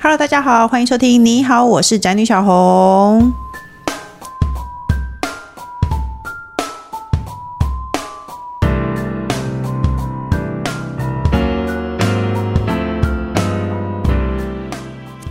Hello，大家好，欢迎收听。你好，我是宅女小红。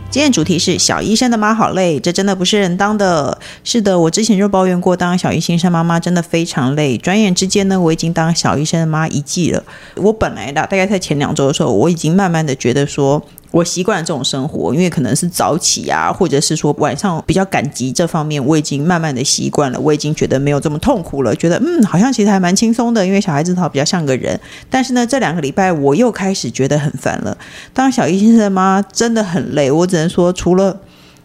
今天主题是小医生的妈好累，这真的不是人当的。是的，我之前就抱怨过，当小医生妈妈真的非常累。转眼之间呢，我已经当小医生的妈一季了。我本来啦，大概在前两周的时候，我已经慢慢的觉得说，我习惯了这种生活，因为可能是早起啊，或者是说晚上比较赶集这方面，我已经慢慢的习惯了，我已经觉得没有这么痛苦了，觉得嗯，好像其实还蛮轻松的，因为小孩子他比较像个人。但是呢，这两个礼拜我又开始觉得很烦了。当小医生的妈真的很累，我只能说，除了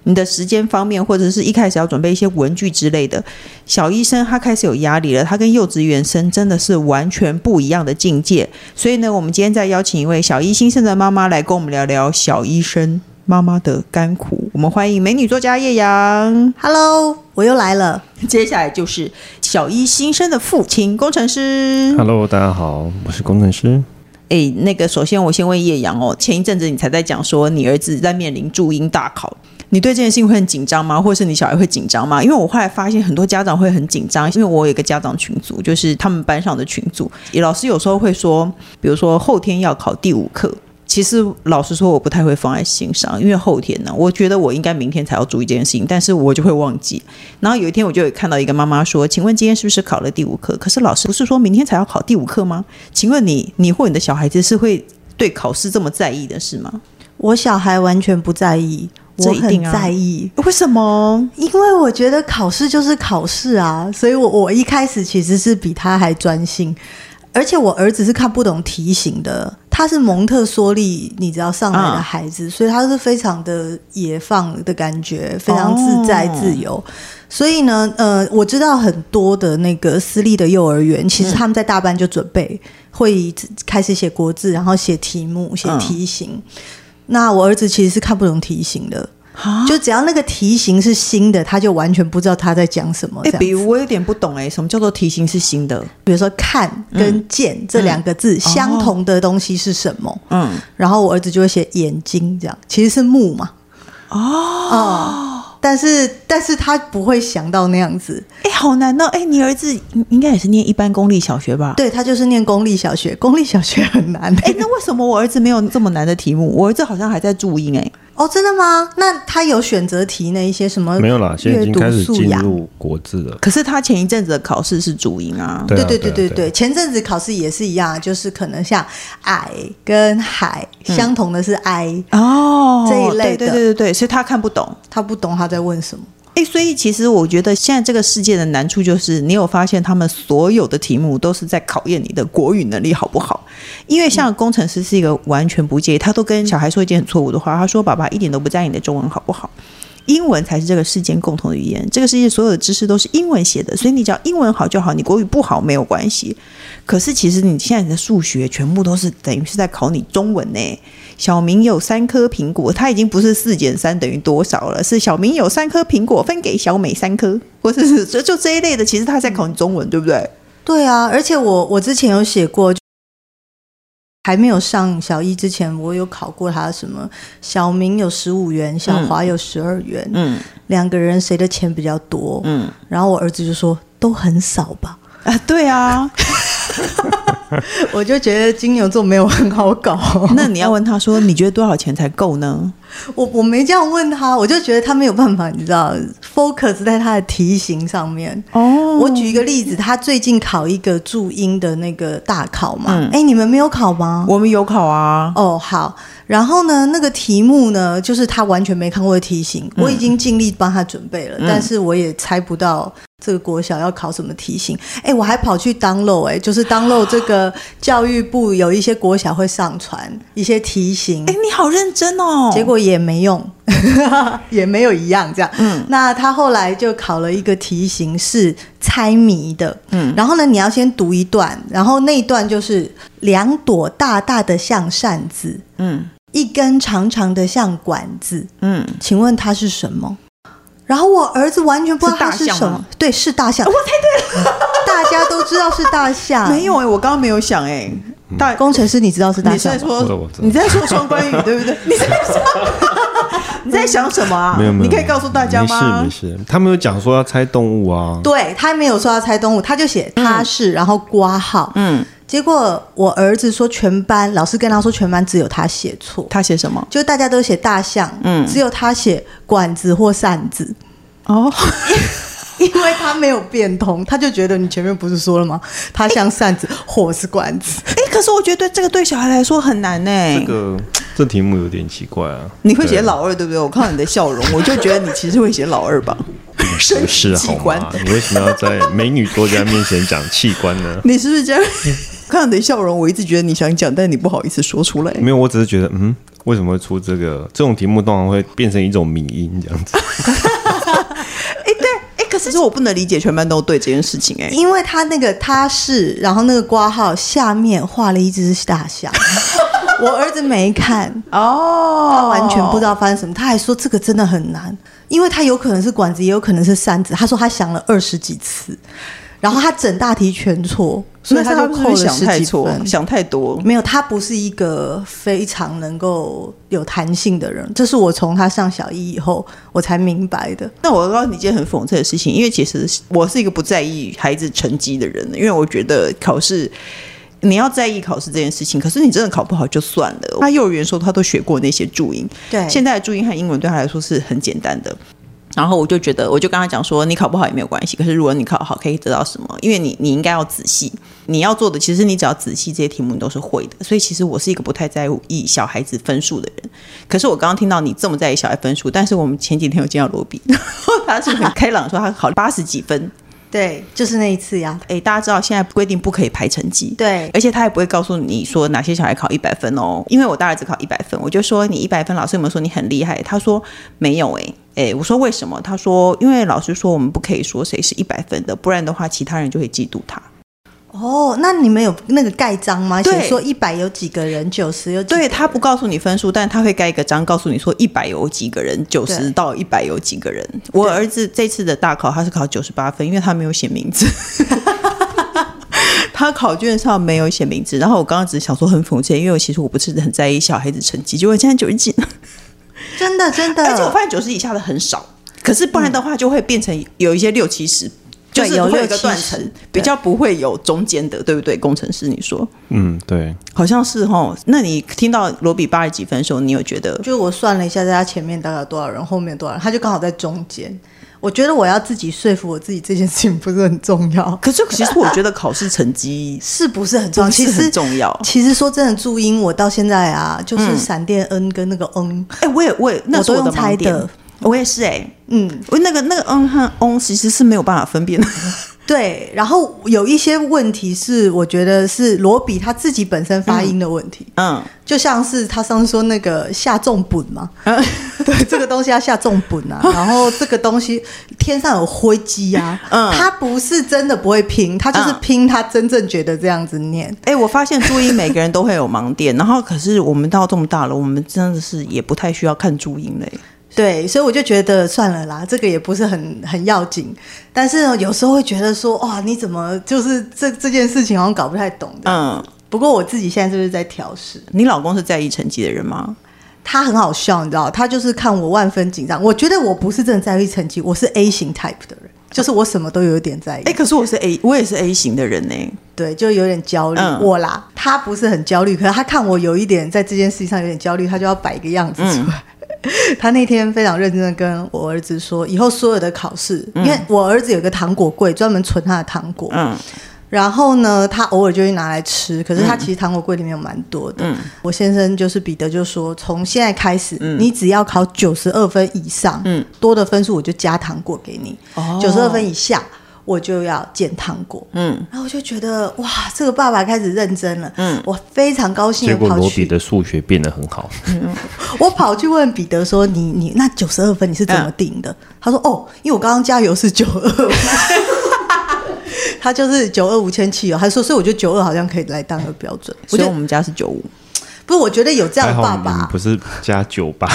你的时间方面，或者是一开始要准备一些文具之类的，小医生他开始有压力了。他跟幼稚园生真的是完全不一样的境界。所以呢，我们今天再邀请一位小医新生的妈妈来跟我们聊聊小医生妈妈的甘苦。我们欢迎美女作家叶阳， Hello，我又来了。接下来就是小医新生的父亲工程师。 Hello，大家好，我是工程师。诶，那个，首先我先问叶阳哦，前一阵子你才在讲说你儿子在面临注音大考，你对这件事情会很紧张吗？或者是你小孩会紧张吗？因为我后来发现很多家长会很紧张，因为我有一个家长群组，就是他们班上的群组，老师有时候会说，比如说后天要考第五课。其实老实说，我不太会放在心上，因为后天呢，我觉得我应该明天才要注意这件事情，但是我就会忘记。然后有一天，我就有看到一个妈妈说：“请问今天是不是考了第五课？可是老师不是说明天才要考第五课吗？请问你，你或你的小孩子是会对考试这么在意的，是吗？我小孩完全不在意，这我一定很啊在意，为什么？因为我觉得考试就是考试啊，所以我我一开始其实是比他还专心，而且我儿子是看不懂题型的，他是蒙特梭利，你知道上来的嗯孩子，所以他是非常的野放的感觉，非常自在哦自由。所以呢，呃，我知道很多的那个私立的幼儿园，其实他们在大班就准备会开始写国字，然后写题目、写嗯题型。那我儿子其实是看不懂题型的，啊就只要那个题型是新的，他就完全不知道他在讲什么。哎、这样比如我有点不懂哎、什么叫做题型是新的？比如说“看”嗯跟“见”这两个哦字、相同的东西是什么？嗯，然后我儿子就会写眼睛，这样其实是目嘛。哦、但是但是他不会想到那样子，哎、好难哦、哎、你儿子应应该也是念一般公立小学吧？。对他就是念公立小学，公立小学很难、哎、那为什么我儿子没有这么难的题目？我儿子好像还在注音哎、哦，真的吗？那他有选择题那一些什呃么？没有啦，现在已经开始阅进读素养入国字了。可是他前一阵子的考试是注音啊。对啊对对啊对对对，前阵子考试也是一样，就是可能像矮跟海相同的是 I，哦，这一类对对的对对对，所以他看不懂。他不懂他在问什么。诶，所以其实我觉得现在这个世界的难处就是，你有发现他们所有的题目都是在考验你的国语能力好不好？因为像工程师是一个完全不介意，他都跟小孩说一件很错误的话，他说：“爸爸一点都不在意你的中文好不好？”英文才是这个世间共同的语言，这个世界所有的知识都是英文写的，所以你只要英文好就好，你国语不好没有关系。可是其实你现在你的数学全部都是等于是在考你中文呢、小明有三颗苹果，它已经不是四减三等于多少了，是小明有三颗苹果分给小美三颗，或者是就就这一类的，其实他在考你中文，对不对？对啊，而且我我之前有写过，就还没有上小一之前，我有考过他什么小明有十五元，小华有十二元，嗯两个人谁的钱比较多？嗯然后我儿子就说都很少吧， 啊，对啊，我就觉得金牛座没有很好搞。那你要问他说，你觉得多少钱才够呢？我我没这样问他，我就觉得他没有办法，你知道，focus 在他的题型上面。哦我举一个例子，他最近考一个注音的那个大考嘛，哎、嗯你们没有考吗？我们有考啊，哦，好。然后呢，那个题目呢，就是他完全没看过的题型，我已经尽力帮他准备了，但是我也猜不到这个国小要考什么题型。哎，我还跑去 download，哎，就是 download 这个教育部有一些国小会上传一些题型。哎、你好认真哦，结果也没用， 也没有一样这样。嗯，那他后来就考了一个题型是猜谜的。嗯，然后呢，你要先读一段，然后那一段就是两朵大大的像扇子，嗯一根长长的像管子，嗯，请问它是什么？然后我儿子完全不知道它是是大象什么吗，对，是大哦象。我猜对 了，大家都知道是大象。没有哎、我刚刚没有想哎、大工程师，你知道是大你象在吗？说我知道我知 道你在说双关语对不对？你在说。在想什么啊？没有没有，你可以告诉大家吗？没事没事，他们有讲说要猜动物啊，对他没有说要猜动物，他就写他是，然后挂号。嗯，结果我儿子说全班，老师跟他说全班只有他写错，他写什么？就大家都写大象，嗯只有他写管子或扇子， 哦，因为他没有变通，他就觉得你前面不是说了吗？他像扇子或是管子，哎，可是我觉得对这个对小孩来说很难呢、这个这题目有点奇怪啊。你会写对老二对不对？我看到你的笑容，我就觉得你其实会写老二吧。身不体是器好官，？吗？你为什么要在美女作家面前讲器官呢 你是不是 这样？看到你的笑容，我一直觉得你想讲，但你不好意思说出来。没有，我只是觉得，嗯，为什么会出这个这种题目？通常会变成一种迷因这样 子。哎，对，哎，可是我不能理解全班都对这件事情、哎，因为他那个他是，然后那个挂号下面画了一只大象， 我儿子没看，哦，他完全不知道发生什么，他还说这个真的很难，因为他有可能是管子，也有可能是扇子。他说他想了二十几次，然后他整大题全错，所那以是他他就扣不了是想十太几错，分。想太多。没有，他不是一个非常能够有弹性的人，这是我从他上小一以后我才明白的。那我告诉你一件很讽刺的事情，因为其实我是一个不在意孩子成绩的人，因为我觉得考试。你要在意考试这件事情，可是你真的考不好就算了。他幼儿园时候他都学过那些注音，对现在的注音和英文对他来说是很简单的。然后我就觉得，我就跟他讲说，你考不好也没有关系，可是如果你考好，可以得到什么？因为你你应该要仔细，你要做的其实你只要仔细，这些题目你都是会的。所以其实我是一个不太在意小孩子分数的人。可是我刚刚听到你这么在意小孩分数，但是我们前几天有见到罗比，然后 他是很开朗地说他考八十几分。对，就是那一次呀。哎，大家知道现在规定不可以排成绩，对，而且他也不会告诉你说哪些小孩考一百分哦，因为我大儿子考一百分，我就说你一百分，老师有没有说你很厉害？他说没有诶、诶，我说为什么？他说因为老师说我们不可以说谁是一百分的，不然的话其他人就会嫉妒他。哦，那你们有那个盖章吗？对写说一百有几个人，九十有几个对人他不告诉你分数，但他会盖一个章，告诉你说一百有几个人，九十对到一百有几个人。我儿子这次的大考他是考九十八分，因为他没有写名 字。他考卷上没有写名字，然后我刚刚只是想说很讽刺，因为我其实我不是很在意小孩子成绩，结果现在九十几， 真的真的，而且我发现九十以下的很少，可是不然的话就会变成有一些六七十，就对是有会有一六个七断十层对，比较不会有中间的，对不对？工程师，你说嗯，对，好像是哦。那你听到罗比八十几分的时候，你有觉得就我算了一下，在他前面大概有多少人，后面多少人，他就刚好在中间。我觉得我要自己说服我自己，这件事情不是很重要，可是其实我觉得考试成 绩是不是很重要？不其是很实重要。其实说真的，注音我到现在啊，就是闪电 N 跟那个 N，哎、我也我也那我是都我用的猜盲点，的。我也是哎、嗯，我那个那个嗯和嗯其实是没有办法分辨的。 对。然后有一些问题是我觉得是罗比他自己本身发音的问题，嗯，就像是他上次说那个下重本嘛，嗯对，这个东西要下重本 啊，然后这个东西天上有灰机啊，嗯他不是真的不会拼，他就是嗯拼他真正觉得这样子念，哎、我发现注音每个人都会有盲点，然后可是我们到这么大了，我们真的是也不太需要看注音嘞、对，所以我就觉得算了啦，这个也不是很很要紧，但是呢有时候会觉得说，哇，你怎么就是这这件事情好像搞不太懂的。嗯，不过我自己现在就是在调试，你老公是在意成绩的人吗？他很好笑，你知道，他就是看我万分紧张，我觉得我不是真的在意成绩，我是 A 型 type 的人。就是我什么都有一点在意，哎、可是我是 A，我也是 A 型的人呢、对，就有点焦虑。嗯我啦，他不是很焦虑，可是他看我有一点在这件事情上有点焦虑，他就要摆一个样子出嗯来。 他那天非常认真的跟我儿子说，以后所有的考试，因为我儿子有一个糖果柜，专门存他的糖果。嗯，然后呢，他偶尔就会拿来吃，可是他其实糖果柜里面有蛮多的。我先生就是彼得就说，从现在开始，你只要考九十二分以上，嗯多的分数我就加糖果给你，哦九十二分以下我就要减糖果。嗯，然后我就觉得哇，这个爸爸开始认真了。嗯我非常高兴结的果跑罗比去，的数学变得很好，我跑去问彼得说：“你你那九十二分你是怎么定的？”他说：“哦，因为我刚刚加油是九二。” 他就是九二五千汽油，他说，所以我觉得九二好像可以来当个标准。我所觉以得我们家是九五，不是，我觉得有这样的还好爸你们爸，不是加九八，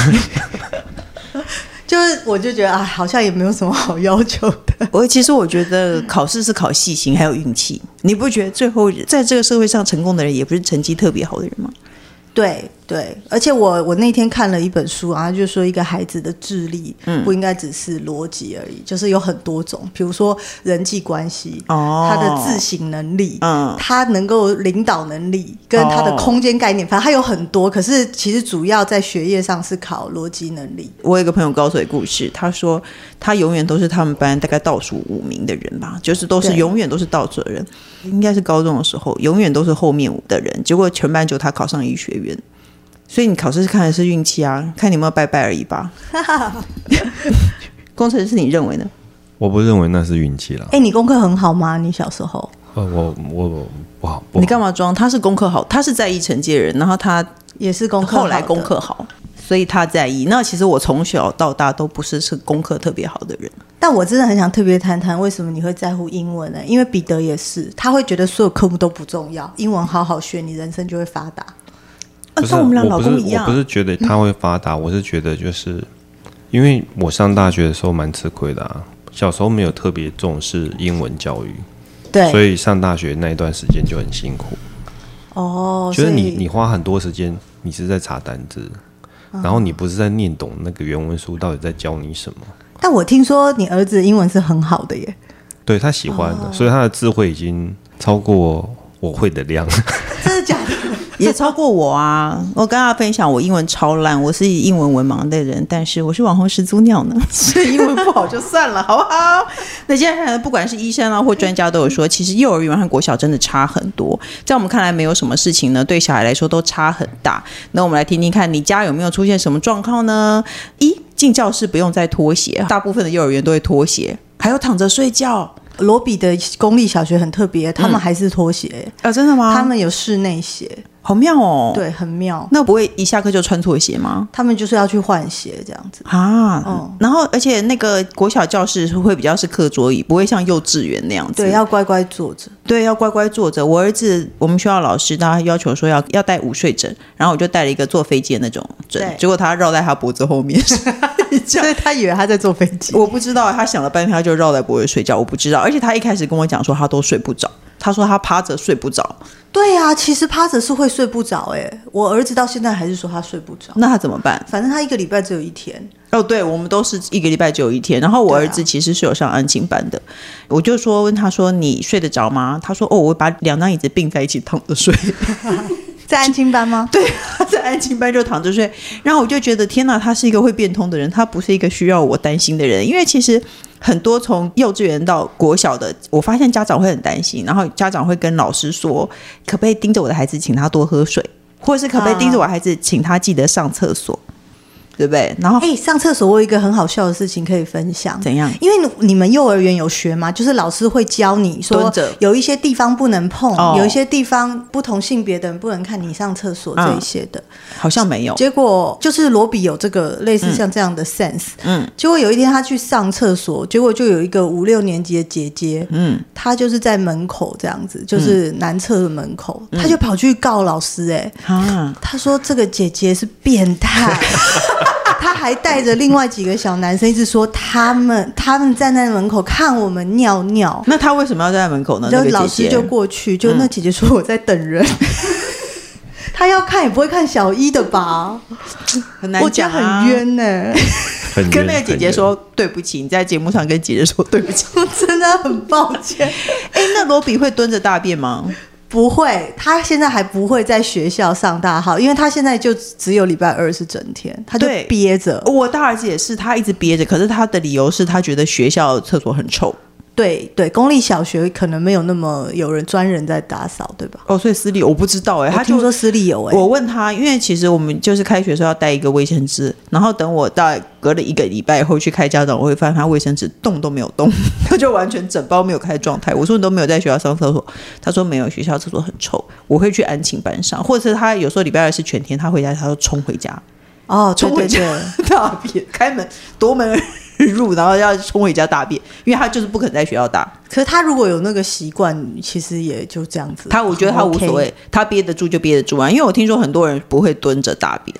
就是我就觉得哎，好像也没有什么好要求的。 我其实我觉得考试是考细心，还有运气。你不觉得最后在这个社会上成功的人，也不是成绩特别好的人吗？ 对，对，而且我我那天看了一本书啊，就说一个孩子的智力不应该只是逻辑而已，就是有很多种，比如说人际关系，哦他的自省能力，嗯他能够领导能力，跟他的哦空间概念，反正他有很多。可是其实主要在学业上是考逻辑能力。我有一个朋友告诉我一个故事，他说他永远都是他们班大概倒数五名的人吧，就是都是对永远都是倒数的人，应该是高中的时候，永远都是后面的人。结果全班就他考上医学院，所以你考试是看的是运气啊，看你有没有拜拜而已 吧。工程师，你认为呢？我不认为那是运哦气啦。哎、你功课很好吗？你小时候？呃，我我我不好，不好你干嘛装？他是功课好，他是在意成绩的人，然后他也是功课，后来功，课好，所以他在意。那其实我从小到大都不是是功课特别好的人。但我真的很想特别谈谈为什么你会在乎英文呢、因为彼得也是，他会觉得所有科目都不重要，英文好好学，你人生就会发达。啊不，是跟我们俩老不是公一样我不。是觉得他会发达，我是觉得就是因为我上大学的时候蛮吃亏的啊，小时候没有特别重视英文教育，所对，以上大学那一段时间就很辛苦。哦，就是你所以你花很多时间，你是在查单字，嗯然后你不是在念懂那个原文书到底在教你什么。但我听说你儿子英文是很好的耶，对他喜欢哦的，所以他的智慧已经超过我会的量。真的假的？ 也超过我啊！我跟大家分享，我英文超烂，我是英文文盲的人，但是我是网红始祖鸟 呢，所以英文不好就算了，好不好？那接下来不管是医生啊或专家都有说，其实幼儿园和国小真的差很多，在我们看来没有什么事情呢，对小孩来说都差很大。那我们来听听看，你家有没有出现什么状况呢？一进教室不用再脱鞋，大部分的幼儿园都会脱鞋，还有躺着睡觉罗比的公立小学很特别，他们还是拖鞋耶，嗯啊？真的吗？他们有室内鞋，好妙哦！，对，很妙。那不会一下课就穿错鞋吗？他们就是要去换鞋这样子。啊，嗯然后而且那个国小教室会比较是课桌椅，不会像幼稚园那样子。对，要乖乖坐着。对要乖乖坐着。我儿子我们学校老师他要求说要要带午睡枕，然后我就带了一个坐飞机的那种枕对，结果他绕在他脖子后面。 所以他以为他在坐飞 机。我不知道，他想了半天，他就绕在脖子睡觉。我不知道，而且他一开始跟我讲说他都睡不着，他说他趴着睡不着，对呀、其实趴着是会睡不着哎、我儿子到现在还是说他睡不着。那他怎么办？反正他一个礼拜只有一天，哦，对，我们都是一个礼拜只有一天。然后我对儿啊子其实是有上安静班的，我就说问他说你睡得着吗？他说哦，我把两张椅子并在一起躺着睡， 在安亲班吗？ 对，他在安静班就躺着睡。然后我就觉得天哪，他是一个会变通的人，他不是一个需要我担心的人，因为其实。很多从幼稚园到国小的，我发现家长会很担心，然后家长会跟老师说，可不可以盯着我的孩子，请他多喝水，或者是可啊不可以盯着我的孩子，请他记得上厕所，对不对？然后哎、上厕所我有一个很好笑的事情可以分享。怎样？因为你们幼儿园有学嘛，就是老师会教你蹲说着，有一些地方不能碰，哦有一些地方不同性别的人不能看你上厕所这一些的。好像没有，结果就是罗比有这个类似像这样的 sense，嗯结果有一天他去上厕所，结果就有一个五六年级的姐姐，嗯，她就是在门口这样子，就是男厕的门口，嗯她就跑去告老师、哎、啊，她说这个姐姐是变 态。她还带着另外几个小男生，一直说他们他们站在门口看我们尿尿，那他为什么要站在门口呢？那然后个老姐嗯师姐就过去，就那姐姐说我在等人， 她要看也不会看小一的吧？很难我觉得讲、啊，很。冤呢、 很跟冤那个姐很姐冤说对不起，你在节目上跟姐姐说对不 起。我真的很抱歉。哎，那罗比会蹲着大便吗？不会，他现在还不会在学校上大号，因为他现在就只有礼拜二是整天，他就对憋着。我大儿子也是，他一直憋着，可是他的理由是他觉得学校厕所很臭对对，公立小学可能没有那么有人专人在打扫，对吧？哦，所以私立我不知道哎、我他听就说私立有哎、我问他，因为其实我们就是开学的时候要带一个卫生纸，然后等我大概隔了一个礼拜以后去开家长会，发现他卫生纸动都没有动， 他就完全整包没有开的状态。我说你都没有在学校上厕所，他说没有，学校厕所很臭，我会去安亲班上，或者是他有时候礼拜二是全天，他回家他就冲回家哦，对冲回对家对，大便，开门夺门而入，然后要冲回家大便，因为他就是不肯在学校大，可是他如果有那个习惯，其实也就这样子。他我觉得他很无 OK 所谓，他憋得住就憋得住啊，因为我听说很多人不会蹲着大便，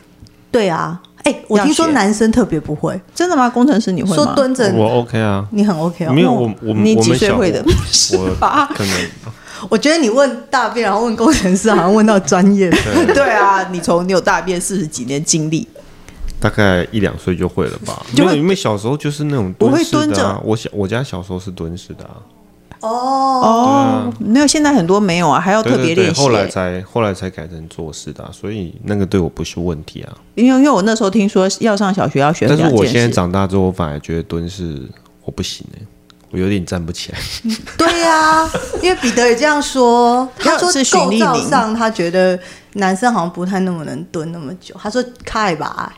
对啊，哎、我要听说学男生特别不会，真的吗？工程师你会说吗？蹲着，我 OK 啊，你很 OK 哦。没有我 我你我几们岁小会的？我可能我觉得你问大便，然后问工程师，好像问到专业的。 对啊，你从你有大便四十几年经历，大概一两岁就会了吧？ 就没会有，因为小时候就是那种我会蹲式蹲的、着啊。我小我家小时候是蹲式的、啊，哦，哦，没有，现在很多没有啊，还要对特别对练对，习、后来才后来才改成坐式的、啊，所以那个对我不是问题啊。因为因为我那时候听说要上小学要学但两是件事，我现在长大之后，我反而觉得蹲式我不行哎、我有点站不起来。对呀、因为彼得也这样说，他说要是构许丽造玲上他觉得男生好像不太那么能蹲那么久，他说开吧，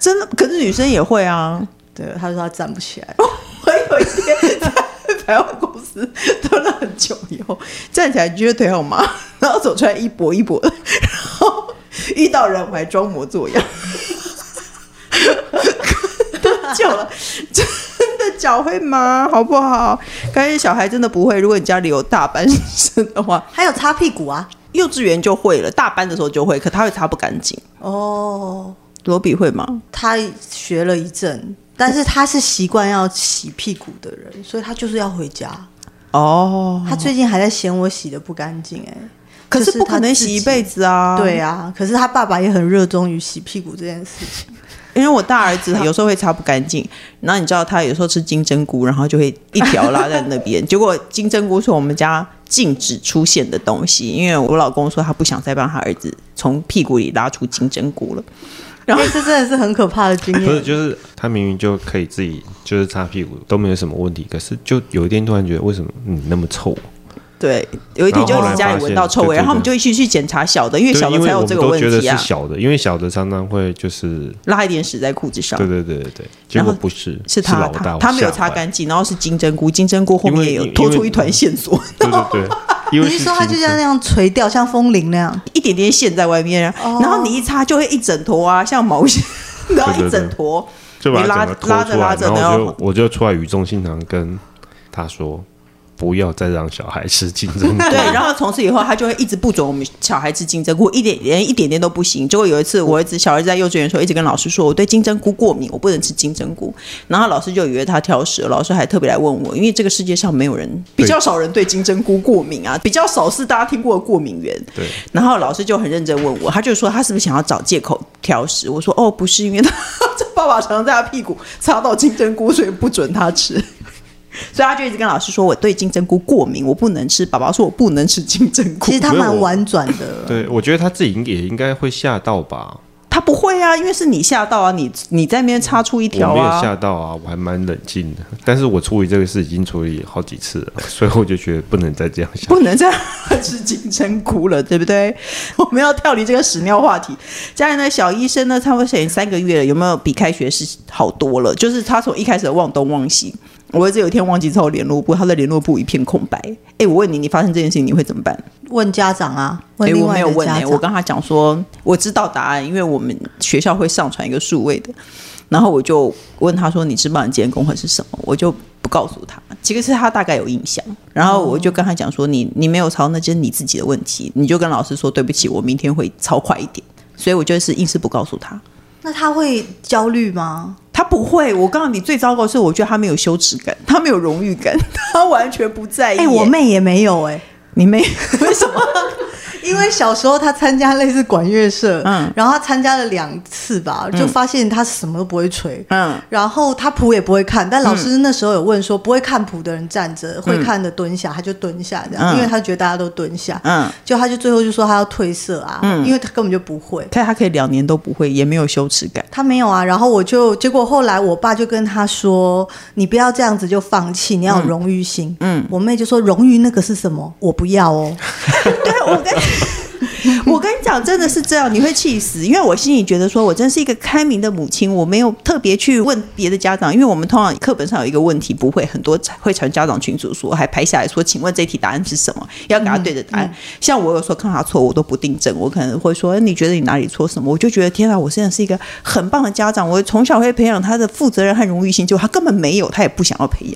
真的，可是女生也会啊。对，他说他站不起来，我有一天在 百货公司蹲了很久以后，站起来觉得腿好麻，然后走出来一跛一跛的，然后遇到人我还装模作样，蹲久了真的脚会麻，好不好？但是小孩真的不会，如果你家里有大班生的话，还有擦屁股啊，幼稚园就会了，大班的时候就会，可他会擦不干净。哦，罗比会吗？他学了一阵，但是他是习惯要洗屁股的人，所以他就是要回家。哦，他最近还在嫌我洗的不干净哎、可就是不他可能洗一辈自己。子啊。对啊，可是他爸爸也很热衷于洗屁股这件事 情。因为我大儿子有时候会擦不干净，然后你知道他有时候吃金针菇，然后就会一条拉在那 边。结果金针菇是我们家禁止出现的东西，因为我老公说他不想再帮他儿子从屁股里拉出金针菇了。然然后后这真的是很可怕的经不是，验。 就是他明明就可以自己就是擦屁股都没有什么问题，可是就有一天突然觉得为什么你那么臭？对，有一天就然后后在家来发里现闻到臭味，对对对然后我们就一起去检查小的，因为对小的因才为我有们这个都问觉得题是啊，小的，因为小的常常会就是，拉一点屎在裤子上对。对对对对，结然后果不是，是是他老大他我他没有吓擦坏干净，然后是金针菇，金针菇后因为面有因为拖出一团线索，对对 对，因为你是说他就金像针那样垂掉，像风铃那样？一点点线在外面啊，哦然后你一擦就会一整坨啊，像毛 线，然后一整坨。就把它你整个拉拖出拉来，着拉着然后然后我就我就出来语重心长跟他说，不要再让小孩吃金 针菇。对，然后从此以后他就会一直不准我们小孩吃金针菇，一点连一点点都不行。结果有一次，我儿子小儿子在幼稚园的时候，一直跟老师说我对金针菇过敏，我不能吃金针菇。然后老师就以为他挑食，老师还特别来问我，因为这个世界上没有人比较少人对金针菇过敏啊，比较少是大家听过的过敏源。对，然后老师就很认真问我，他就说他是不是想要找借口挑食？我说哦，不是，因为他 这爸爸常常在他屁股擦到金针菇，所以不准他吃。 所以他就一直跟老师说我对金针菇过敏，我不能吃。爸爸说我不能吃金针菇其，实他没有蛮我婉转 的。对，我觉得他自己应也应该会吓到吧。他不会啊，因为是你吓到啊，你你在那边插出一条我没有啊。吓到啊，我还蛮冷静的。但是我处理这个事已经处理好几次了， 所以我就觉得不能再这样想。不能再吃金针菇了，对不对？ 我们要跳离这个屎尿话题。家里的小医生呢，差不多已经三个月了，有没有比开学是好多了？就是他从一开始忘东忘西，我儿子有一天忘记抄联络簿，他的联络簿一片空白。哎，我问你，你发生这件事情你会怎么办？问家长啊，问哎，另我没外有的问家哎、长。我跟他讲说我知道答案，因为我们学校会上传一个数位的，然后我就问他说你知不知道你今天功课是什么？我就不告诉他，其实是他大概有印象，然后哦我就跟他讲说你你没有抄，那就是你自己的问题，你就跟老师说对不起，我明天会抄快一点，所以我就是硬是不告诉他。那他会焦虑吗？他不会，我告诉你，最糟糕的是，我觉得他没有羞耻感，他没有荣誉感，他完全不在意。哎、我，妹也没有哎、 你妹，为什 么？因为小时候她参加类似管乐社，嗯然后她参加了两次吧，就发现她什么都不会吹，嗯，然后她谱也不会看，但老师那时候有问说，不会看谱的人站着，会看的蹲下，她就蹲下这样，嗯因为她觉得大家都蹲下，嗯，就她就最后就说她要褪色啊，因为她根本就不会。看他可以两年都不会，也没有羞耻感。他没有啊，然后我就结果后来我爸就跟他说：“你不要这样子就放弃，你要有荣誉心。”嗯，我妹就说：“荣誉那个是什么？我不要哦。对，我跟 我跟你讲，真的是这样，你会气死，因为我心里觉得说，我真是一个开明的母亲，我没有特别去问别的家长，因为我们通常课本上有一个问题，不会很多会传家长群组说，还拍下来说，请问这题答案是什么？要给他对着答案。像我有时候看他错，我都不订正，我可能会说，哎你觉得你哪里错什么？我就觉得天啊，我真的是一个很棒的家长，我从小会培养他的负责任和荣誉心，结果他根本没有，他也不想要培养。”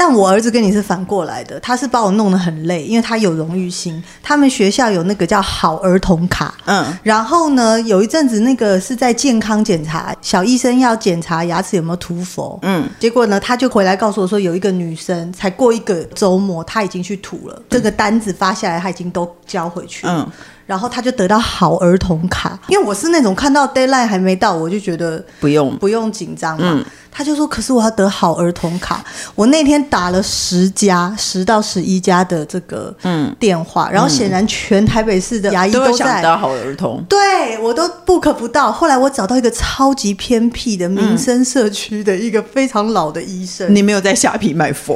但我儿子跟你是反过来的，他是把我弄得很累，因为他有荣誉心。他们学校有那个叫好儿童卡，嗯，然后呢，有一阵子那个是在健康检查，小医生要检查牙齿有没有涂氟，嗯，结果呢，他就回来告诉我说，有一个女生才过一个周末，她已经去涂了，这个单子发下来，她已经都交回去，嗯，然后她就得到好儿童卡，因为我是那种看到 d a y l i n e 还没到，我就觉得不用，不用紧张嘛。嗯他就说：“可是我要得好儿童卡。”我那天打了十家，十到十一家的这个嗯，电话，然后显然全台北市的牙医都有想在。到好儿童，对我都 book 不到，后来我找到一个超级偏僻的民嗯生社区的一个非常老的医生，你没有在虾皮卖佛，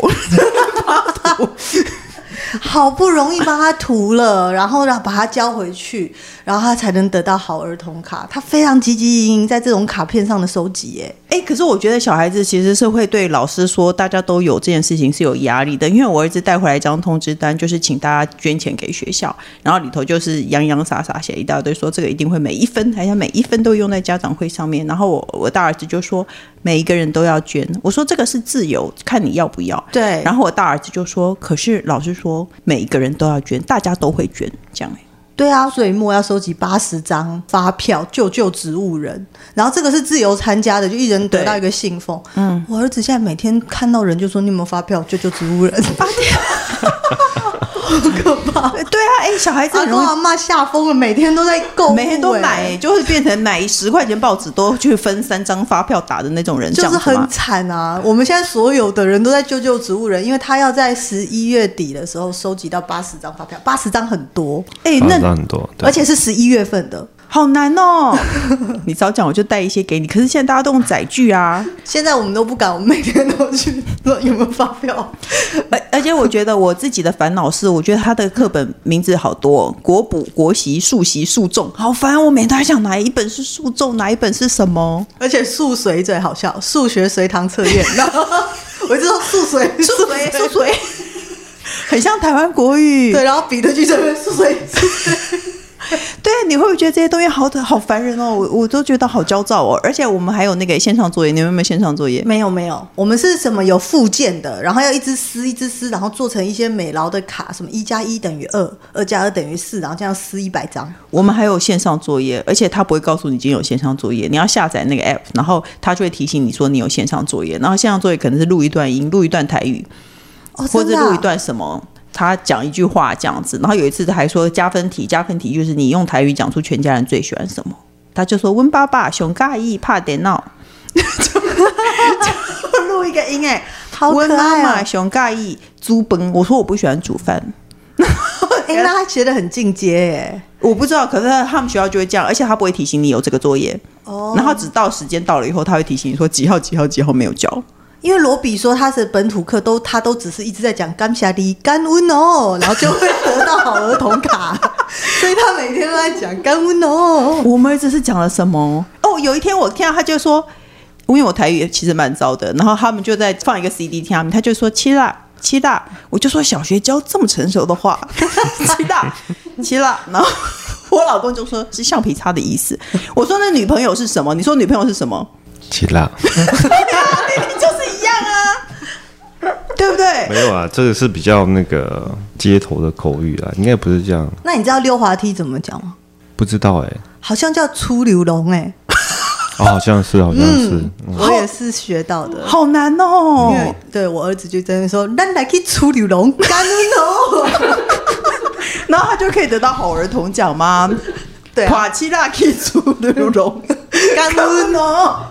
好不容易帮他涂了， 然后让把它交回去，然后他才能得到好儿童卡。他非常积极营营在这种卡片上的收集耶。哎、可是我觉得小孩子其实是会对老师说大家都有这件事情是有压力的，因为我儿子带回来一张通知单，就是请大家捐钱给学校，然后里头就是洋洋洒洒写一大堆，说这个一定会每一分，好像每一分都用在家长会上面。然后我我大儿子就说每一个人都要捐，我说这个是自由，看你要不要。对，然后我大儿子就说，可是老师说每一个人都要捐，大家都会捐，这样、欸。对啊，所以莫要收集八十张发票，救救植物人。然后这个是自由参加的，就一人得到一个信封。嗯，我儿子现在每天看到人就说：“你有没有发票？救救植物 人。”发票，好可怕！对啊，哎、小孩子阿很公容易阿妈吓疯了，每天都在购物、每天都买、哎就会变成买十块钱报纸都去分三张发票打的那种人，这就样是子吗很惨啊！我们现在所有的人都在救救植物人，因为他要在十一月底的时候收集到八十张发票，八十张很多，哎、发展那很多，对而且是十一月份的。好难哦。 你早讲我就带一些给你，可是现在大家都用载具啊，现在我们都不敢，我们每天都去说有没有发票。 而而且我觉得我自己的烦恼是，我觉得他的课本名字好多、哦，国补、国习、数习、数重，好烦。我每天还想哪一本是数重，哪一本是什么？而且数随最好笑，数学随堂测 验，然后我就说数随数学，数学， 很像台湾国语。对，然后彼得去这边数随，对，你会不会觉得这些东西好好烦人哦？我我都觉得好焦躁哦。而且我们还有那个线上作业，你们有没有线上作业？没有没有，我们是什么有附件的，然后要一只撕一只撕，然后做成一些美劳的卡，什么一加一等于二，二加二等于四，然后这样撕一百张。我们还有线上作业，而且他不会告诉你今天有线上作业，你要下载那个 app，然后他就会提醒你说你有线上作业。然后线上作业可能是录一段音，录一段台语，哦，或真者的啊录一段什么。他讲一句话这样子，然后有一次他还说加分题，加分题就是你用台语讲出全家人最喜欢什么，他就说温爸爸熊嘎意怕点闹，录一个音哎、好温可妈爱妈啊！熊嘎意猪崩，我说我不喜欢煮饭，哎、那他学的很进阶哎。我不知道，可是他们学校就会这样，而且他不会提醒你有这个作业，哦然后直到时间到了以后，他会提醒你说几号几号几号没有交。因为罗比说他是本土课都他都只是一直在讲甘霞的甘温哦，然后就会得到好儿童卡， 所以他每天都在讲甘温哦。我们儿子是讲了什么？哦，有一天我听到他就说，因为我台语其实蛮糟的，然后他们就在放一个 CD 听他们，他就说七啦七啦，我就说小学教这么成熟的话， 七啦七啦，然后我老公就说是橡皮擦的意思，我说那女朋友是什么？你说女朋友是什么？起 啦，明明就是一样啊，对不对？没有啊，这个是比较那个街头的口语啊啦，应该不是这样，那你知道溜滑梯怎么讲吗？不知道哎、好像叫出流龙哎、哦，好像是，好像是，嗯我也是学到的。好难因为哦！对我儿子就在那边说，咱来去出流龙甘温哦。然后他就可以得到好儿童奖吗？对啊、垮七大 K 出流 龙，甘温哦。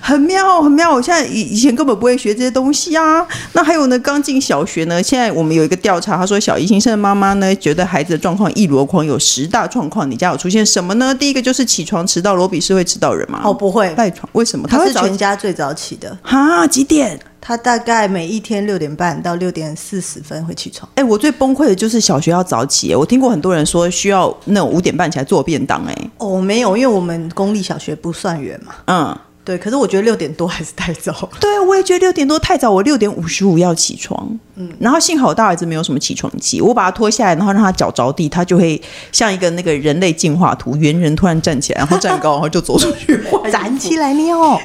很妙很妙。我现在以以前根本不会学这些东西啊。那还有呢，刚进小学呢，现在我们有一个调查，他说小一新生的妈妈呢，觉得孩子的状况一箩筐，有十大状况，你家有出现什么呢？第一个就是起床迟到，罗比是会迟到人吗？哦，不会，赖床为什么？他会是早全家最早起的，啊几点？他大概每一天六点半到六点四十分会起床。哎、我最崩溃的就是小学要早起，我听过很多人说需要那种五点半起来做便当、哎，哦，没有，因为我们公立小学不算远嘛。嗯。对，可是我觉得六点多还是太早。对，我也觉得六点多太早，我六点五十五要起床。嗯，然后幸好我大儿子没有什么起床气，我把他拖下来，然后让他脚着地，他就会像一个那个人类 哎进化图，猿人突然站起来，然后站高，然后就走出去换衣服来尿，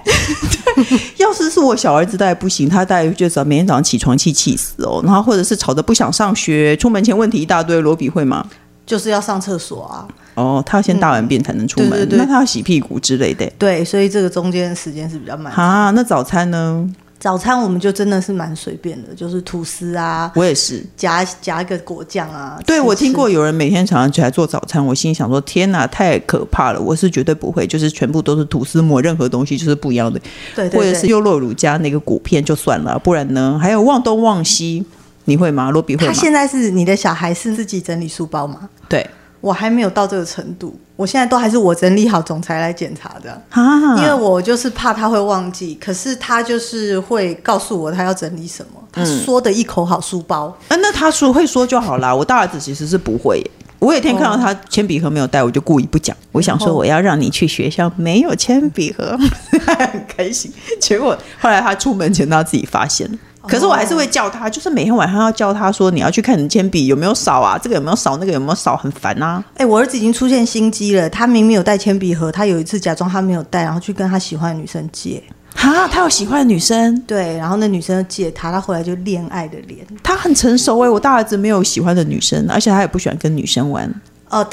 要是是我小儿子，大概不行，他大概就是每天早上起床气气死哦，然后或者是吵着不想上学，出门前问题一大堆。罗比会吗？ 就是要上厕所啊。哦，他要先大完便才能出门，嗯对对对那他要洗屁股之类的。对，所以这个中间时间是比较慢。啊，那早餐呢？早餐我们就真的是蛮随便的，就是吐司啊，我也是。夹夹一个果酱啊。对，吃我听过吃有人每天早上起来做早餐，我心里想说：天哪，太可怕了！我是绝对不会，就是全部都是吐司抹任何东西，就是不一样的，对或对者是对，优酪乳加那个果片就算了，不然呢？还有忘东忘西，你会吗？罗比会他吗？现在是你的小孩是自己整理书包吗？对我还没有到这个程度，我现在都还是我整理好总裁来检查的。啊，因为我就是怕他会忘记，可是他就是会告诉我他要整理什么，他说的一口好书包，啊，那他说会说就好啦。我大儿子其实是不会耶。我有一天看到他铅笔盒没有带，我就故意不讲。我想说然后我要让你去学校没有铅笔盒， 很开心。结果后来他出门前他自己发现了。可是我还是会叫他，就是每天晚上要叫他说你要去看你铅笔有没有少啊，这个有没有少，那个有没有少，很烦啊。哎、我儿子已经出现心机了，他明明有带铅笔盒，他有一次假装他没有带，然后去跟他喜欢的女生借，哈，他有喜欢的女生，对，然后那女生就借他，他后来就恋爱的脸，他很成熟哎、我大儿子没有喜欢的女生，而且他也不喜欢跟女生玩。呃，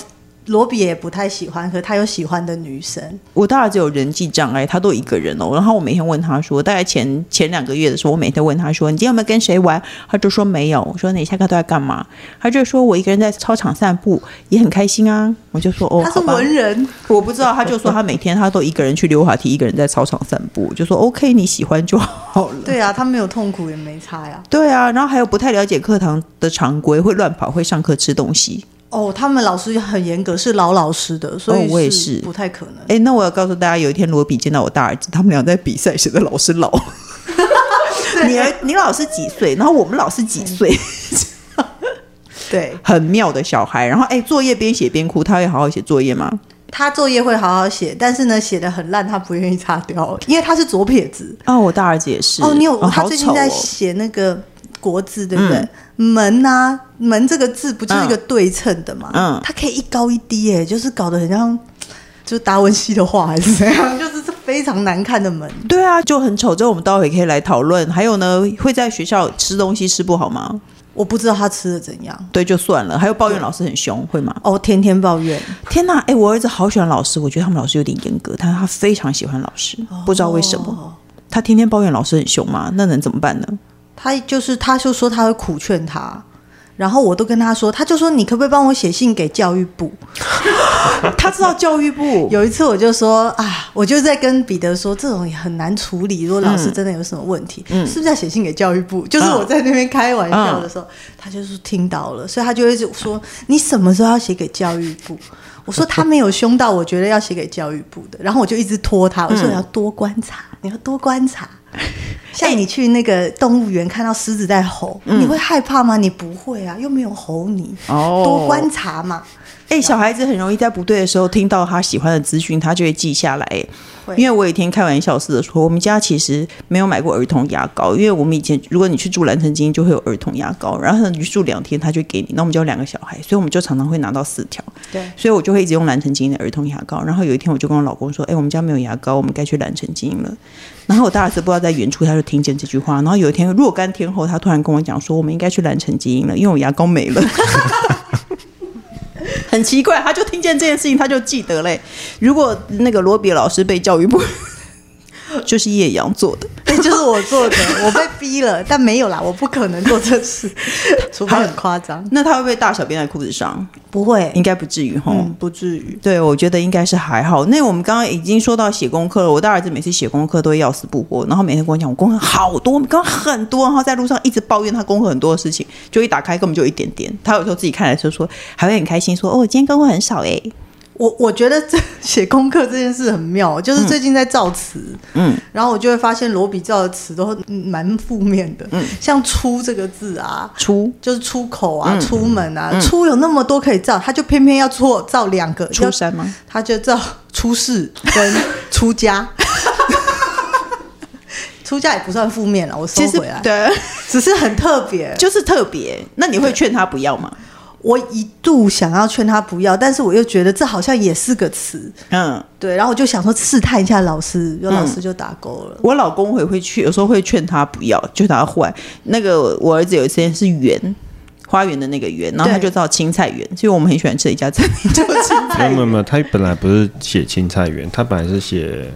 罗比也不太喜欢，可是他有喜欢的女生，我大儿子有人际障碍，他都一个人哦。然后我每天问他说，大概前前两个月的时候，我每天问他说，你今天有没有跟谁玩？他就说没有。我说那你下课都在干嘛？他就说我一个人在操场散步，也很开心啊。我就说哦，他是好吧文人，我不知道。他就说他每天他都一个人去溜滑梯，一个人在操场散步。我就说 OK，你喜欢就好了。对啊，他没有痛苦也没差呀、对啊，然后还有不太了解课堂的常规，会乱跑，会上课吃东西。 哦，他们老师很严格，是老老师的，所以哦我也是不太可能。哎，那我要告诉大家，有一天罗比见到我大儿子，他们俩在比赛，谁的老师 老。你儿你老师几岁？然后我们老师几岁？对，很妙的小孩。然后哎，作业边写边哭，他会好好写作业吗？他作业会好好写，但是呢，写的很烂，他不愿意擦掉，因为他是左撇子。哦，我大儿子也是。哦，你有、他好最近丑在哦嗯写那个国字，对不对？门啊，门这个字不就是一个对称的嘛？嗯嗯，它可以一高一低、耶，就是搞得很像，就是达文西的画还是怎 样，就是非常难看的门。对啊，就很丑。这我们待会可以来讨论。还有呢，会在学校吃东西吃不好吗？我不知道他吃的怎样，对，就算了。还有抱怨老师很凶，会吗？哦，天天抱怨。天呐，哎，我儿子好喜欢老师，我觉得他们老师有点严格，但他非常喜欢老师，不知道为什么。哦他天天抱怨老师很凶嘛，那能怎么办呢？他就是他就说他会苦劝他，然后我都跟他说，他就说你可不可以帮我写信给教育部？他知道教育部有有一次我就说啊，我就在跟彼得说，这种也很难处理。如果老师真的有什么问题，是不是要写信给教育部？就是我在那边开玩笑的时候，他就是听到了，所以他就会说你什么时候要写给教育部？我说他没有凶到，我觉得要写给教育部的。然后我就一直拖他，我说你要多观察，你要多观察。像你去那个动物园看到狮子在吼，你会害怕吗？你不会啊，又没有吼你，哦多观察嘛。哎、小孩子很容易在不对的时候听到他喜欢的资讯，他就会记下来、哎会因为我有一天开玩笑似的说，我们家其实没有买过儿童牙膏，因为我们以前如果你去住蓝城精英就会有儿童牙膏，然后你住两天他就给你，那我们就有两个小孩，所以我们就常常会拿到四条。对，所以我就会一直用蓝城精英的儿童牙膏。然后有一天我就跟我老公说：“哎、我们家没有牙膏，我们该去蓝城精英了。”然后我大儿子不知道在远处他就听见这句话，然后有一天若干天后，他突然跟我讲说：“我们应该去蓝城精英了，因为我牙膏没了。”很奇怪，他就听见这件事情，他就记得嘞。如果那个罗比老师被教育部 就是叶阳做的， 对，就是我做的，我被逼了，但没有啦，我不可能做这事，除非很夸张。那他会不会大小便在裤子上？不会，应该不至于吼。嗯，不至于。对，我觉得应该是还好。那我们刚刚已经说到写功课了，我大儿子每次写功课都会要死不活，然后每天跟我讲我功课好多，刚刚很多，然后在路上一直抱怨他功课很多的事情，就一打开根本就一点点。他有时候自己看来就说，还会很开心说，哦，我今天功课很少哎、我我觉得这写功课这件事很妙，就是最近在造词，嗯，然后我就会发现罗比造的词都嗯蛮负面的，嗯，像“出”这个字啊。出就是出口啊，嗯出门啊，出有那么多可以造，他就偏偏要错造两个，出要山吗？他就叫出世跟出家， 出家也不算负面了，我收其实回来，对，只是很特别。就是特别。那你会劝他不要吗？我一度想要劝他不要，但是我又觉得这好像也是个词，嗯，对，然后我就想说试探一下老师，有老师就打勾了。我老公也会去，有时候会劝他不要，劝他换。那个我儿子有一次是园花园的那个园，然后他对就到青菜园，所以我们很喜欢吃的一家餐厅 叫青菜嗯没有园。没有，他本来不是写青菜园，他本来是写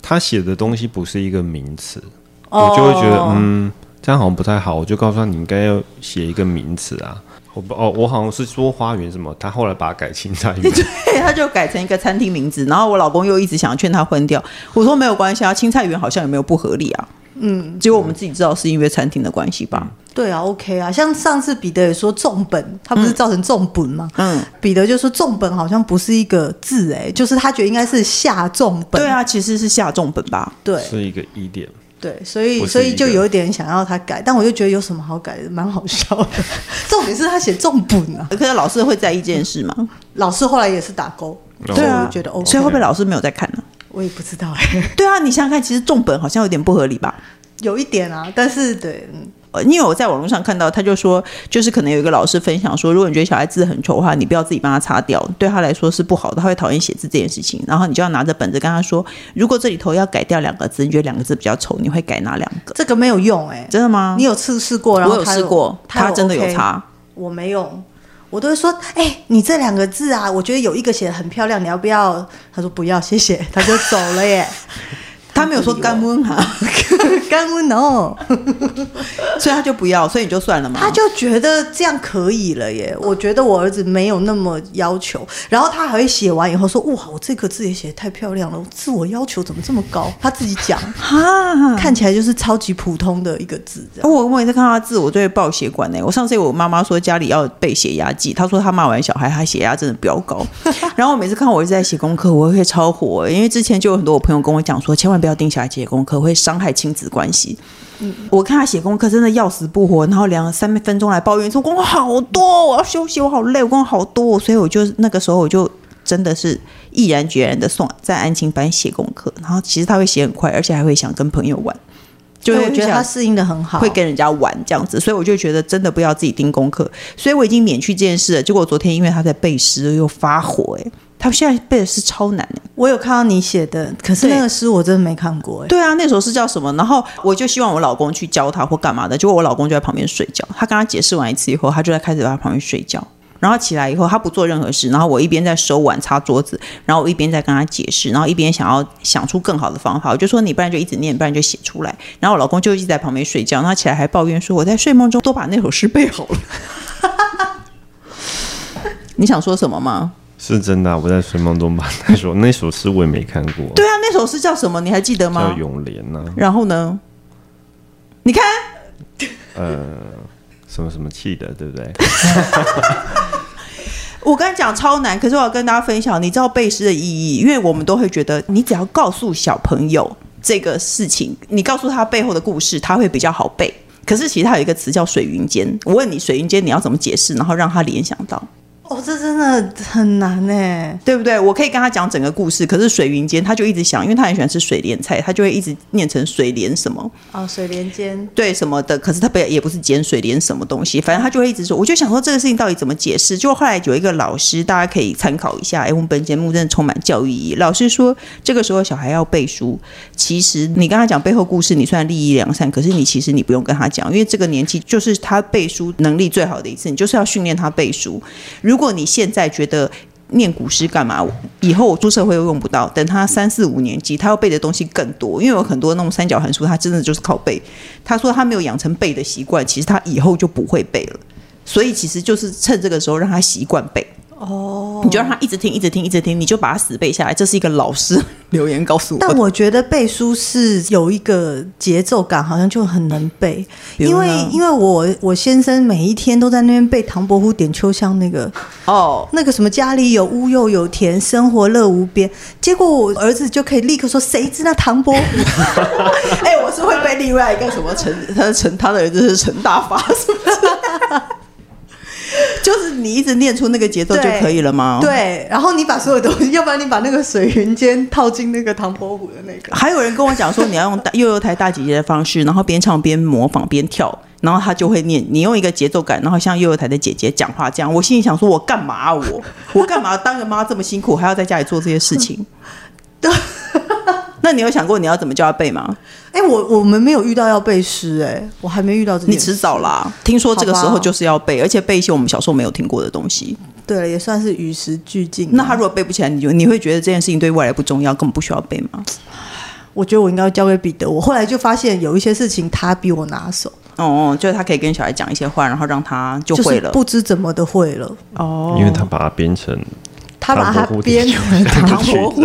他写的东西不是一个名词，我就会觉得哦，嗯，这样好像不太好。我就告诉他，你应该要写一个名词啊。我不哦，我好像是说花园什么，他后来把它改青菜园。对，他就改成一个餐厅名字，然后我老公又一直想劝他换掉，我说没有关系啊，青菜园好像也没有不合理啊。嗯，结果我们自己知道是因为餐厅的关系吧。对啊，OK 啊，像上次彼得也说重本，他不是造成重本吗？嗯，彼得就说重本好像不是一个字、哎，就是他觉得应该是下重本。对，啊，其实是下重本吧。对是一个疑点。对，所以不是所以一个就有点想要他改，但我就觉得有什么好改的，蛮好笑的。 重点是他写重本啊，可是老师会在意这件事吗？老师后来也是打勾，哦所以我嗯啊就觉得 OK，所以会不会老师没有在看呢、我也不知道、哎，对啊，你想想看，其实重本好像有点不合理吧？有一点啊，但是对，嗯，呃，因为我在网络上看到，他就说，就是可能有一个老师分享说，如果你觉得小孩字很丑的话，你不要自己帮他擦掉，对他来说是不好的，他会讨厌写字这件事情。然后你就要拿着本子跟他说，如果这里头要改掉两个字，你觉得两个字比较丑，你会改哪两个？这个没有用、哎，真的吗？你有测试过？然我后有他试过，他他真的有 OK 擦。我没有，我都会说，哎、你这两个字啊，我觉得有一个写的很漂亮，你要不要？他说不要，谢 谢，他就走了耶。 他没有说干温哈，干不 no， 所以他就不要，所以你就算了嘛。他就觉得这样可以了耶。我觉得我儿子没有那么要求，然后他还会写完以后说，哇，我这个字也写的太漂亮了，自我要求怎么这么高？他自己 讲，哈，看起来就是超级普通的一个字这样。哦我我每次看他字，我就会爆血管呢、欸我上次我妈妈说家里要备血压计，她说她骂完小孩，她血压真的飙高。然后我每次看我一直在写功课，我会超火、欸因为之前就有很多我朋友跟我讲说，千万不要盯小孩写功课，会伤害亲子关系。我看他写功课真的要死不活，然后两三分钟来抱怨说功课好多，我要休息，我好累，我功课好多，所以我就那个时候我就真的是毅然决然的送在安亲班写功课，然后其实他会写很快，而且还会想跟朋友玩，就所是以我觉得想他适应的很好，会跟人家玩这样子，所以我就觉得真的不要自己盯功课，所以我已经免去这件事了。结果昨天因为他在背诗又发火、欸，他现在背的诗超难、欸、我有看到你写的，可是对那个诗我真的没看过哎。对啊，那首诗叫什么？然后我就希望我老公去教他或干嘛的，结果我老公就在旁边睡觉。他跟他解释完一次以后，他就在开始在他旁边睡觉。然后起来以后，他不做任何事，然后我一边在收碗、擦桌子，然后我一边在跟他解释，然后一边想要想出更好的方法。我就说你不然就一直念，不然就写出来。然后我老公就一直在旁边睡觉，然后他起来还抱怨说我在睡梦中都把那首诗背好了。 你想说什么吗？是真的啊、我在睡梦中把那首那首诗我也没看过，对啊，那首啊诗叫什么？你还记得叫吗《？咏莲》啊呐，然后呢？你看，什么什么气的，对不对？我跟你讲超难，可是我要跟大家分享，你知道背诗的意义，因为我们都会觉得，你只要告诉小朋友这个事情，你告诉他背后的故事，他会比较好背。可是其实它有一个词叫水云间，我问你水云间你要怎么解释，然后让他联想到，哦，这真的很难哎。对不对？我可以跟他讲整个故事，可是水云间他就一直想，因为他很喜欢吃水莲菜，他就会一直念成水莲什么。哦，水莲间对什么的，可是他不也不是碱水连什么东西，反正他就会一直说，我就想说这个事情到底怎么解释？就后来有一个老师，大家可以参考一下。哎，我们本节目真的充满教育意义。老师说，这个时候小孩要背书，其实你跟他讲背后故事，你虽然利益良善，可是你其实你不用跟他讲，因为这个年纪就是他背书能力最好的一次，你就是要训练他背书。如果你现在觉得念古诗干嘛？以后我出社会又用不到。等他三四五年级，他要背的东西更多，因为有很多那种三角函数，他真的就是靠背。他说他没有养成背的习惯，其实他以后就不会背了。所以其实就是趁这个时候让他习惯背，哦，你就让他一直听，一直听，一直听，你就把他死背下来。这是一个老师留言告诉我的。但我觉得背书是有一个节奏感，好像就很能背，比如因为呢因为我我先生每一天都在那边背唐伯虎点秋香那个哦，那个什么家里有屋又有田，生活乐无边，结果我儿子就可以立刻说谁知道唐伯虎？ 哎、我是会背另外一个什么陈，他的陈，他的儿子是陈大发，是不是？ 就是你一直念出那个节奏就可以了吗？对，然后你把所有东西，要不然你把那个水云间套进那个唐伯虎的那 个。还有人跟我讲说，你要用大幼幼台大姐姐的方式，然后边唱边模仿边跳，然后他就会念。你用一个节奏感，然后像幼幼台的姐姐讲话这样。我心里想说，我干嘛、啊、我我干嘛当个妈这么辛苦，还要在家里做这些事情？对。那你有想过你要怎么叫他背吗？哎、欸，我我们没有遇到要背诗，哎，我还没遇到这。你迟早啦，听说这个时候就是要背，而且背一些我们小时候没有听过的东西。对了，也算是与时俱进。那他如果背不起来，你就你会觉得这件事情对未来不重要，根本不需要背吗？我觉得我应该交给彼得。我后来就发现有一些事情他比我拿手。哦，就是他可以跟小孩讲一些话，然后让他就会了，就是、不知怎么的会了。哦，因为他把它编成，他把它编成唐伯虎。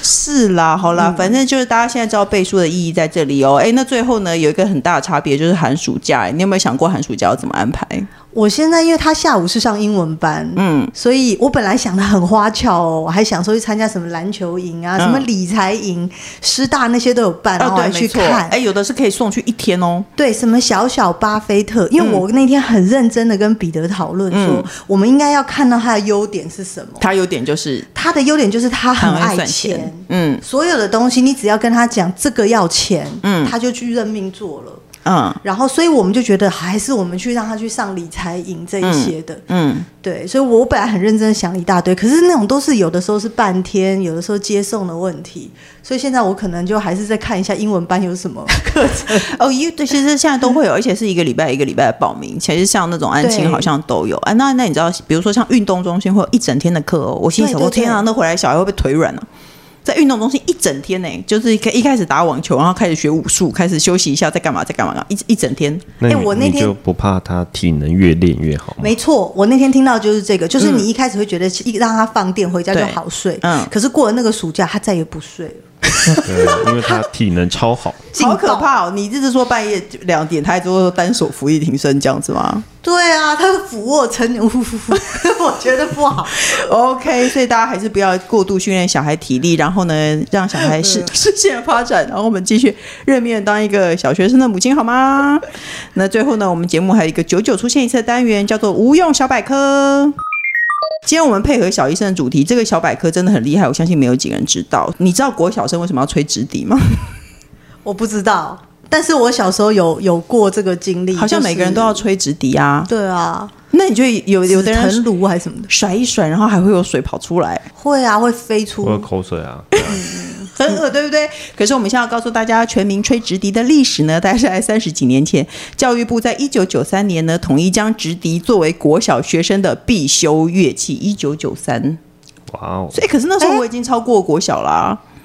是啦，好啦，反正就是大家现在知道背书的意义在这里哦。哎，那最后呢，有一个很大的差别就是寒暑假，你有没有想过寒暑假要怎么安排？我现在因为他下午是上英文班，嗯，所以我本来想的很花俏哦，我还想说去参加什么篮球营啊、嗯、什么理财营、师大那些都有啊办，然后还去看。哎，有的是可以送去一天哦。对，什么小小巴菲特，因为我那天很认真的跟彼得讨论说，嗯、我们应该要看到他的优点是什么。他优点就是他的优点就是他很爱钱。嗯，所有的东西你只要跟他讲这个要钱，嗯，他就去认命做了，嗯，然后所以我们就觉得还是我们去让他去上理财营这一些的，嗯，嗯对，所以我本来很认真想一大堆，可是那种都是有的时候是半天，有的时候接送的问题，所以现在我可能就还是再看一下英文班有什么课程哦，因对，其实现在都会有，而且是一个礼拜一个礼拜的报名，其实像那种安亲好像都有啊，那那你知道，比如说像运动中心会有一整天的课哦，我心想说天啊，那回来小孩会不会腿软啊？在运动中心一整天呢、欸，就是一开始打网球，然后开始学武术，开始休息一下，再干嘛，再干嘛，一一整天。哎、欸，我那天就不怕他体能越练越好。没错，我那天听到就是这个，就是你一开始会觉得一让他放电回家就好睡，嗯，可是过了那个暑假，他再也不睡了。对，因为他体能 超好，好可怕哦！你这是说半夜两点，他还做单手伏地挺身这样子吗？对啊，他是俯卧撑，我觉得不好。 OK，所以大家还是不要过度训练小孩体力，然后呢，让小孩 是视线发展，然后我们继续认命当一个小学生的母亲好吗？那最后呢，我们节目还有一个久久出现一次的单元，叫做无用小百科。今天我们配合小医生的主题，这个小百科真的很厉害，我相信没有几个人知道。你知道国小生为什么要吹直笛吗？我不知道，但是我小时候有有过这个经历，好像每个人都要吹直笛啊。就是、对啊，那你就有有的人腾炉还是什么的，甩一甩，然后还会有水跑出来。会啊，会飞出，会口水 啊。很恶，对不对？可是我们现在要告诉大家，全民吹直笛的历史呢，大概是在三十几年前，教育部在一九九三年呢，统一将直笛作为国小学生的必修乐器。一九九三，哇哦！所以，可是那时候我已经超过国小啦、啊欸，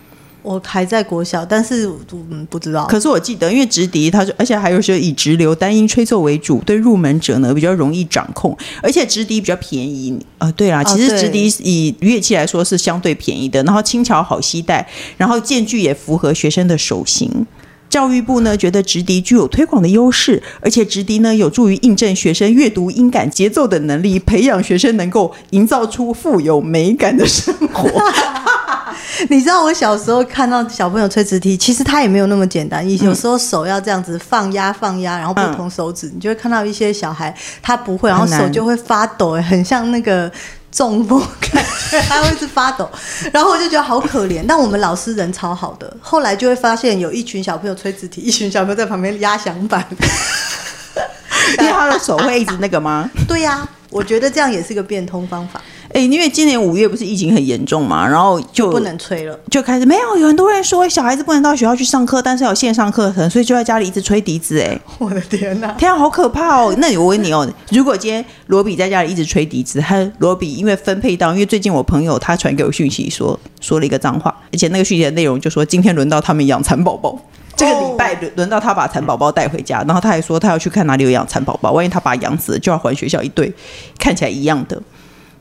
我还在国小，但是嗯不知道。可是我记得，因为直笛，它就而且还有些以直流单音吹奏为主，对入门者呢比较容易掌控，而且直笛比较便宜。啊、呃，对啦，其实直笛以乐器来说是相对便宜的，哦、然后轻巧好携带，然后间距也符合学生的手型。教育部呢觉得直笛具有推广的优势，而且直笛呢有助于印证学生阅读音感、节奏的能力，培养学生能够营造出富有美感的生活。 你知道我小时候看到小朋友吹直笛，其实他也没有那么简单，有时候手要这样子放压放压，然后不同手指，嗯、你就会看到一些小孩他不会，然后手就会发抖，很像那个中风感觉， 他会是发抖，然后我就觉得好可怜。但我们老师人超好的，后来就会发现有一群小朋友吹直笛，一群小朋友在旁边压响板， 因为他的手会一直那个吗？对呀、啊，我觉得这样也是个变通方法。哎、欸，因为今年五月不是疫情很严重嘛，然后就不能吹了， 就开始没有有很多人说小孩子不能到学校去上课，但是有线上课程，所以就在家里一直吹笛子、欸。哎，我的天哪、啊，天啊，好可怕哦！那我问你哦，如果今天罗比在家里一直吹笛子，他罗比因为分配到，因为最近我朋友他传给我讯息说说了一个脏话，而且那个讯息的内容就说今天轮到他们养蚕宝宝。这个礼拜轮轮到他把蚕宝宝带回家，然后他还说他要去看哪里有养蚕宝宝，万一他把养死了，就要还学校一对看起来一样的。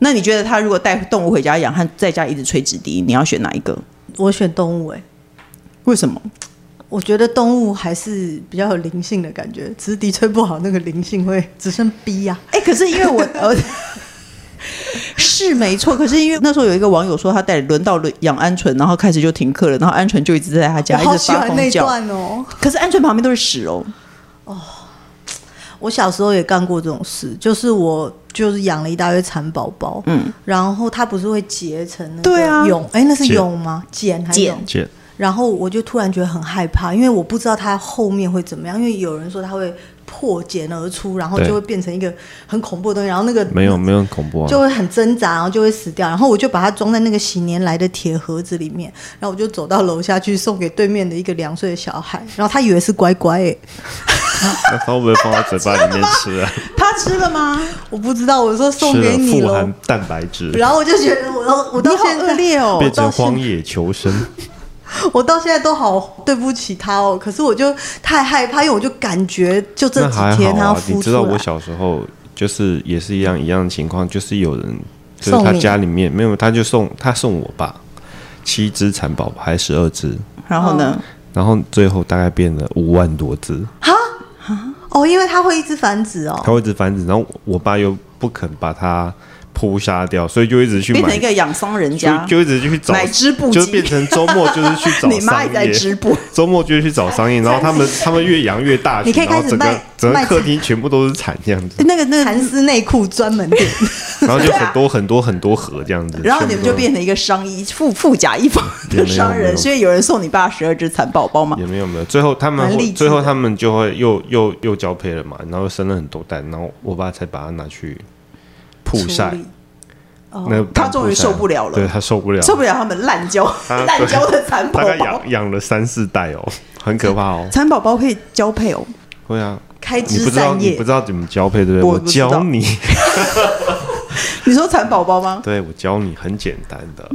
那你觉得他如果带动物回家养，和在家一直吹纸笛，你要选哪一个？我选动物哎、欸，为什么？我觉得动物还是比较有灵性的感觉，直笛吹不好，那个灵性会只剩逼呀、啊。哎、欸，可是因为我呃是没错，可是因为那时候有一个网友说他带轮到养鹌鹑，然后开始就停课了，然后鹌鹑就一直在他家一直发疯叫。哦，可是鹌鹑旁边都是屎哦。哦。我小时候也干过这种事，就是我就是养了一大堆蚕宝宝，嗯，然后它不是会结成那对啊个蛹？哎、那是茧蛹吗？茧还是茧蛹？姐，然后我就突然觉得很害怕，因为我不知道它后面会怎么样，因为有人说它会破茧而出，然后对就会变成一个很恐怖的东西，然后那个没有没有很恐怖啊，就会很挣扎，然后就会死掉。然后我就把它装在那个喜年来的铁盒子里面，然后我就走到楼下去送给对面的一个两岁的小孩，然后他以为是乖乖、 欸，那它会不会放到嘴巴里面吃啊？他吃了吗？我不知道，我说 送吃了给你富喽含。蛋白质，然后我就觉得我到我到你好现恶在，劣哦！变成荒野求生。 我到现在都好对不起他哦。可是我就太害怕，因为我就感觉就这那几还天好他要啊，孵你知出道来。我小时候就是也是一样一样的情况，就是有人就是送他你家里面没有，他就送他送我爸七只蚕宝宝还是十二只， 然后呢？然后最后大概变了五万多只，哦，因为它会一直繁殖哦。它会一直繁殖，然后我爸又不肯把它扑杀掉，所以就一直去变成买一，个养桑人家就，就一直去找买织布机就变成周末就是去 找你妈桑也在叶。织 布，周末就去找桑叶，然后他们他们越养越大群，你可以然后开始整个卖整个卖客厅全部都是蚕这样子，那个 那蚕个，丝内裤专门店，然后就很多很多很多盒这样子。啊然后你全们部都就变成一个商衣附附甲一方也的没有商没人，有所以有人送你爸十二只蚕宝宝吗？也没有没有，最后他们蛮会励志的最后他们就会又又又交配了嘛，然后生了很多蛋，然后我爸才把它拿去曝晒处理。那哦他终于受不了了对他受不了，受不了他们滥交 他滥交的蚕宝 大概宝养，养了三四 代哦，很可怕哦。蚕宝宝可以交配哦。会啊，开你枝不知道散你叶不。知道怎么交配对不对？我我不知道教你， 你说蚕宝宝吗？ 对我教你很简单 的，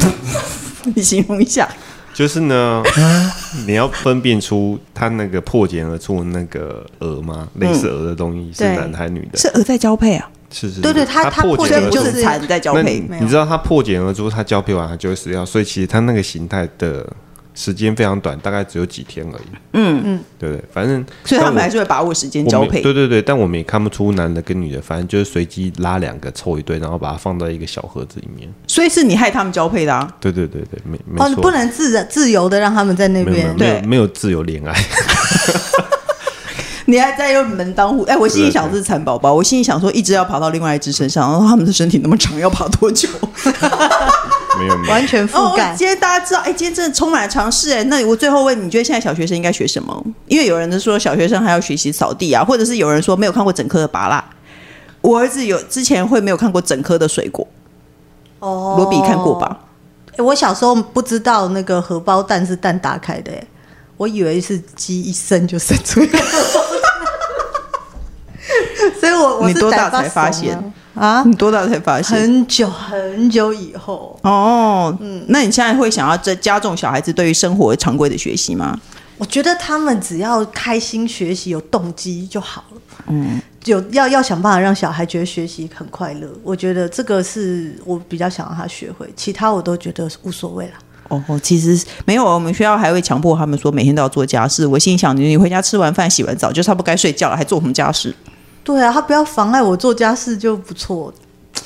你形容一下。就是呢，啊你要分辨出它那个破茧而出的那个蛾吗？类似蛾的东西是嗯对男还是女的？是鹅在交配啊，是是，对对是它它它破破茧茧而就出是是蚕在交那配，没你有知道它破茧而出，它交配完它就会死掉，所以其实它那个形态的时间非常短，大概只有几天而已。嗯嗯，对对，反正所以他但我们还是会把握时间我交们配。对对对，但我们也看不出男的跟女的，反正就是随机拉两个凑一对，然后把它放到一个小盒子里面。所以是你害他们交配的啊。对对对对，没没哦，错，你不能自自由的让他们在那没有没有边没有对没有自由恋爱， 你还在用门当户哎，我心里对对想是蚕宝宝，我心里想说一只要爬到另外一只身上，然后他们的身体那么长，要爬多 久？没有没有完全覆哦盖，。今天大家知道，哎，今天真的充满了尝试哎。那我最后问你，你觉得现在小学生应该学什么？因为有人说小学生还要学习扫地啊，或者是有人说没有看过整颗的拔蜡。我儿子有之前会没有看过整颗的水果，哦罗比看过吧？欸我小时候不知道那个荷包蛋是蛋打开的、欸，我以为是鸡一生就生出来。 所以我我你是多大胆才发现怂啊？啊你多大才发现？很久很久以后，哦，嗯，那你现在会想要再加重小孩子对于生活常规的学习吗？我觉得他们只要开心学习，有动机就好了。嗯，有要要想办法让小孩觉得学习很快乐。我觉得这个是我比较想让他学会，其他我都觉得无所谓了。哦，其实没有，啊我们学校还会强迫他们说每天都要做家事。我心里想，你你回家吃完饭、洗完澡就差不多该睡觉了，还做什么家事？对啊，他不要妨碍我做家事就不错。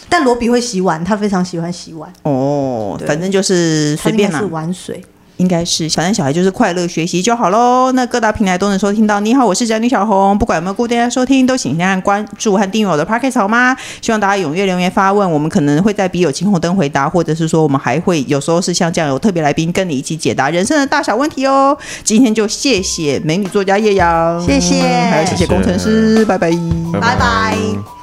但罗比会洗碗，他非常喜欢洗碗，哦，反正就是他随便应该啦是，玩水。应该是反正小孩就是快乐学习就好喽。那各大平台都能收听到。你好，我是宅女小红，不管有没有固定在收听，都请先按关注和订阅我的 Pocket 好吗？希望大家踊跃留言发问，我们可能会在笔友青红灯回答，或者是说我们还会有时候是像这样有特别来宾跟你一起解答人生的大小问题哦。今天就谢谢美女作家叶阳，谢谢还有谢谢工程师，拜拜拜拜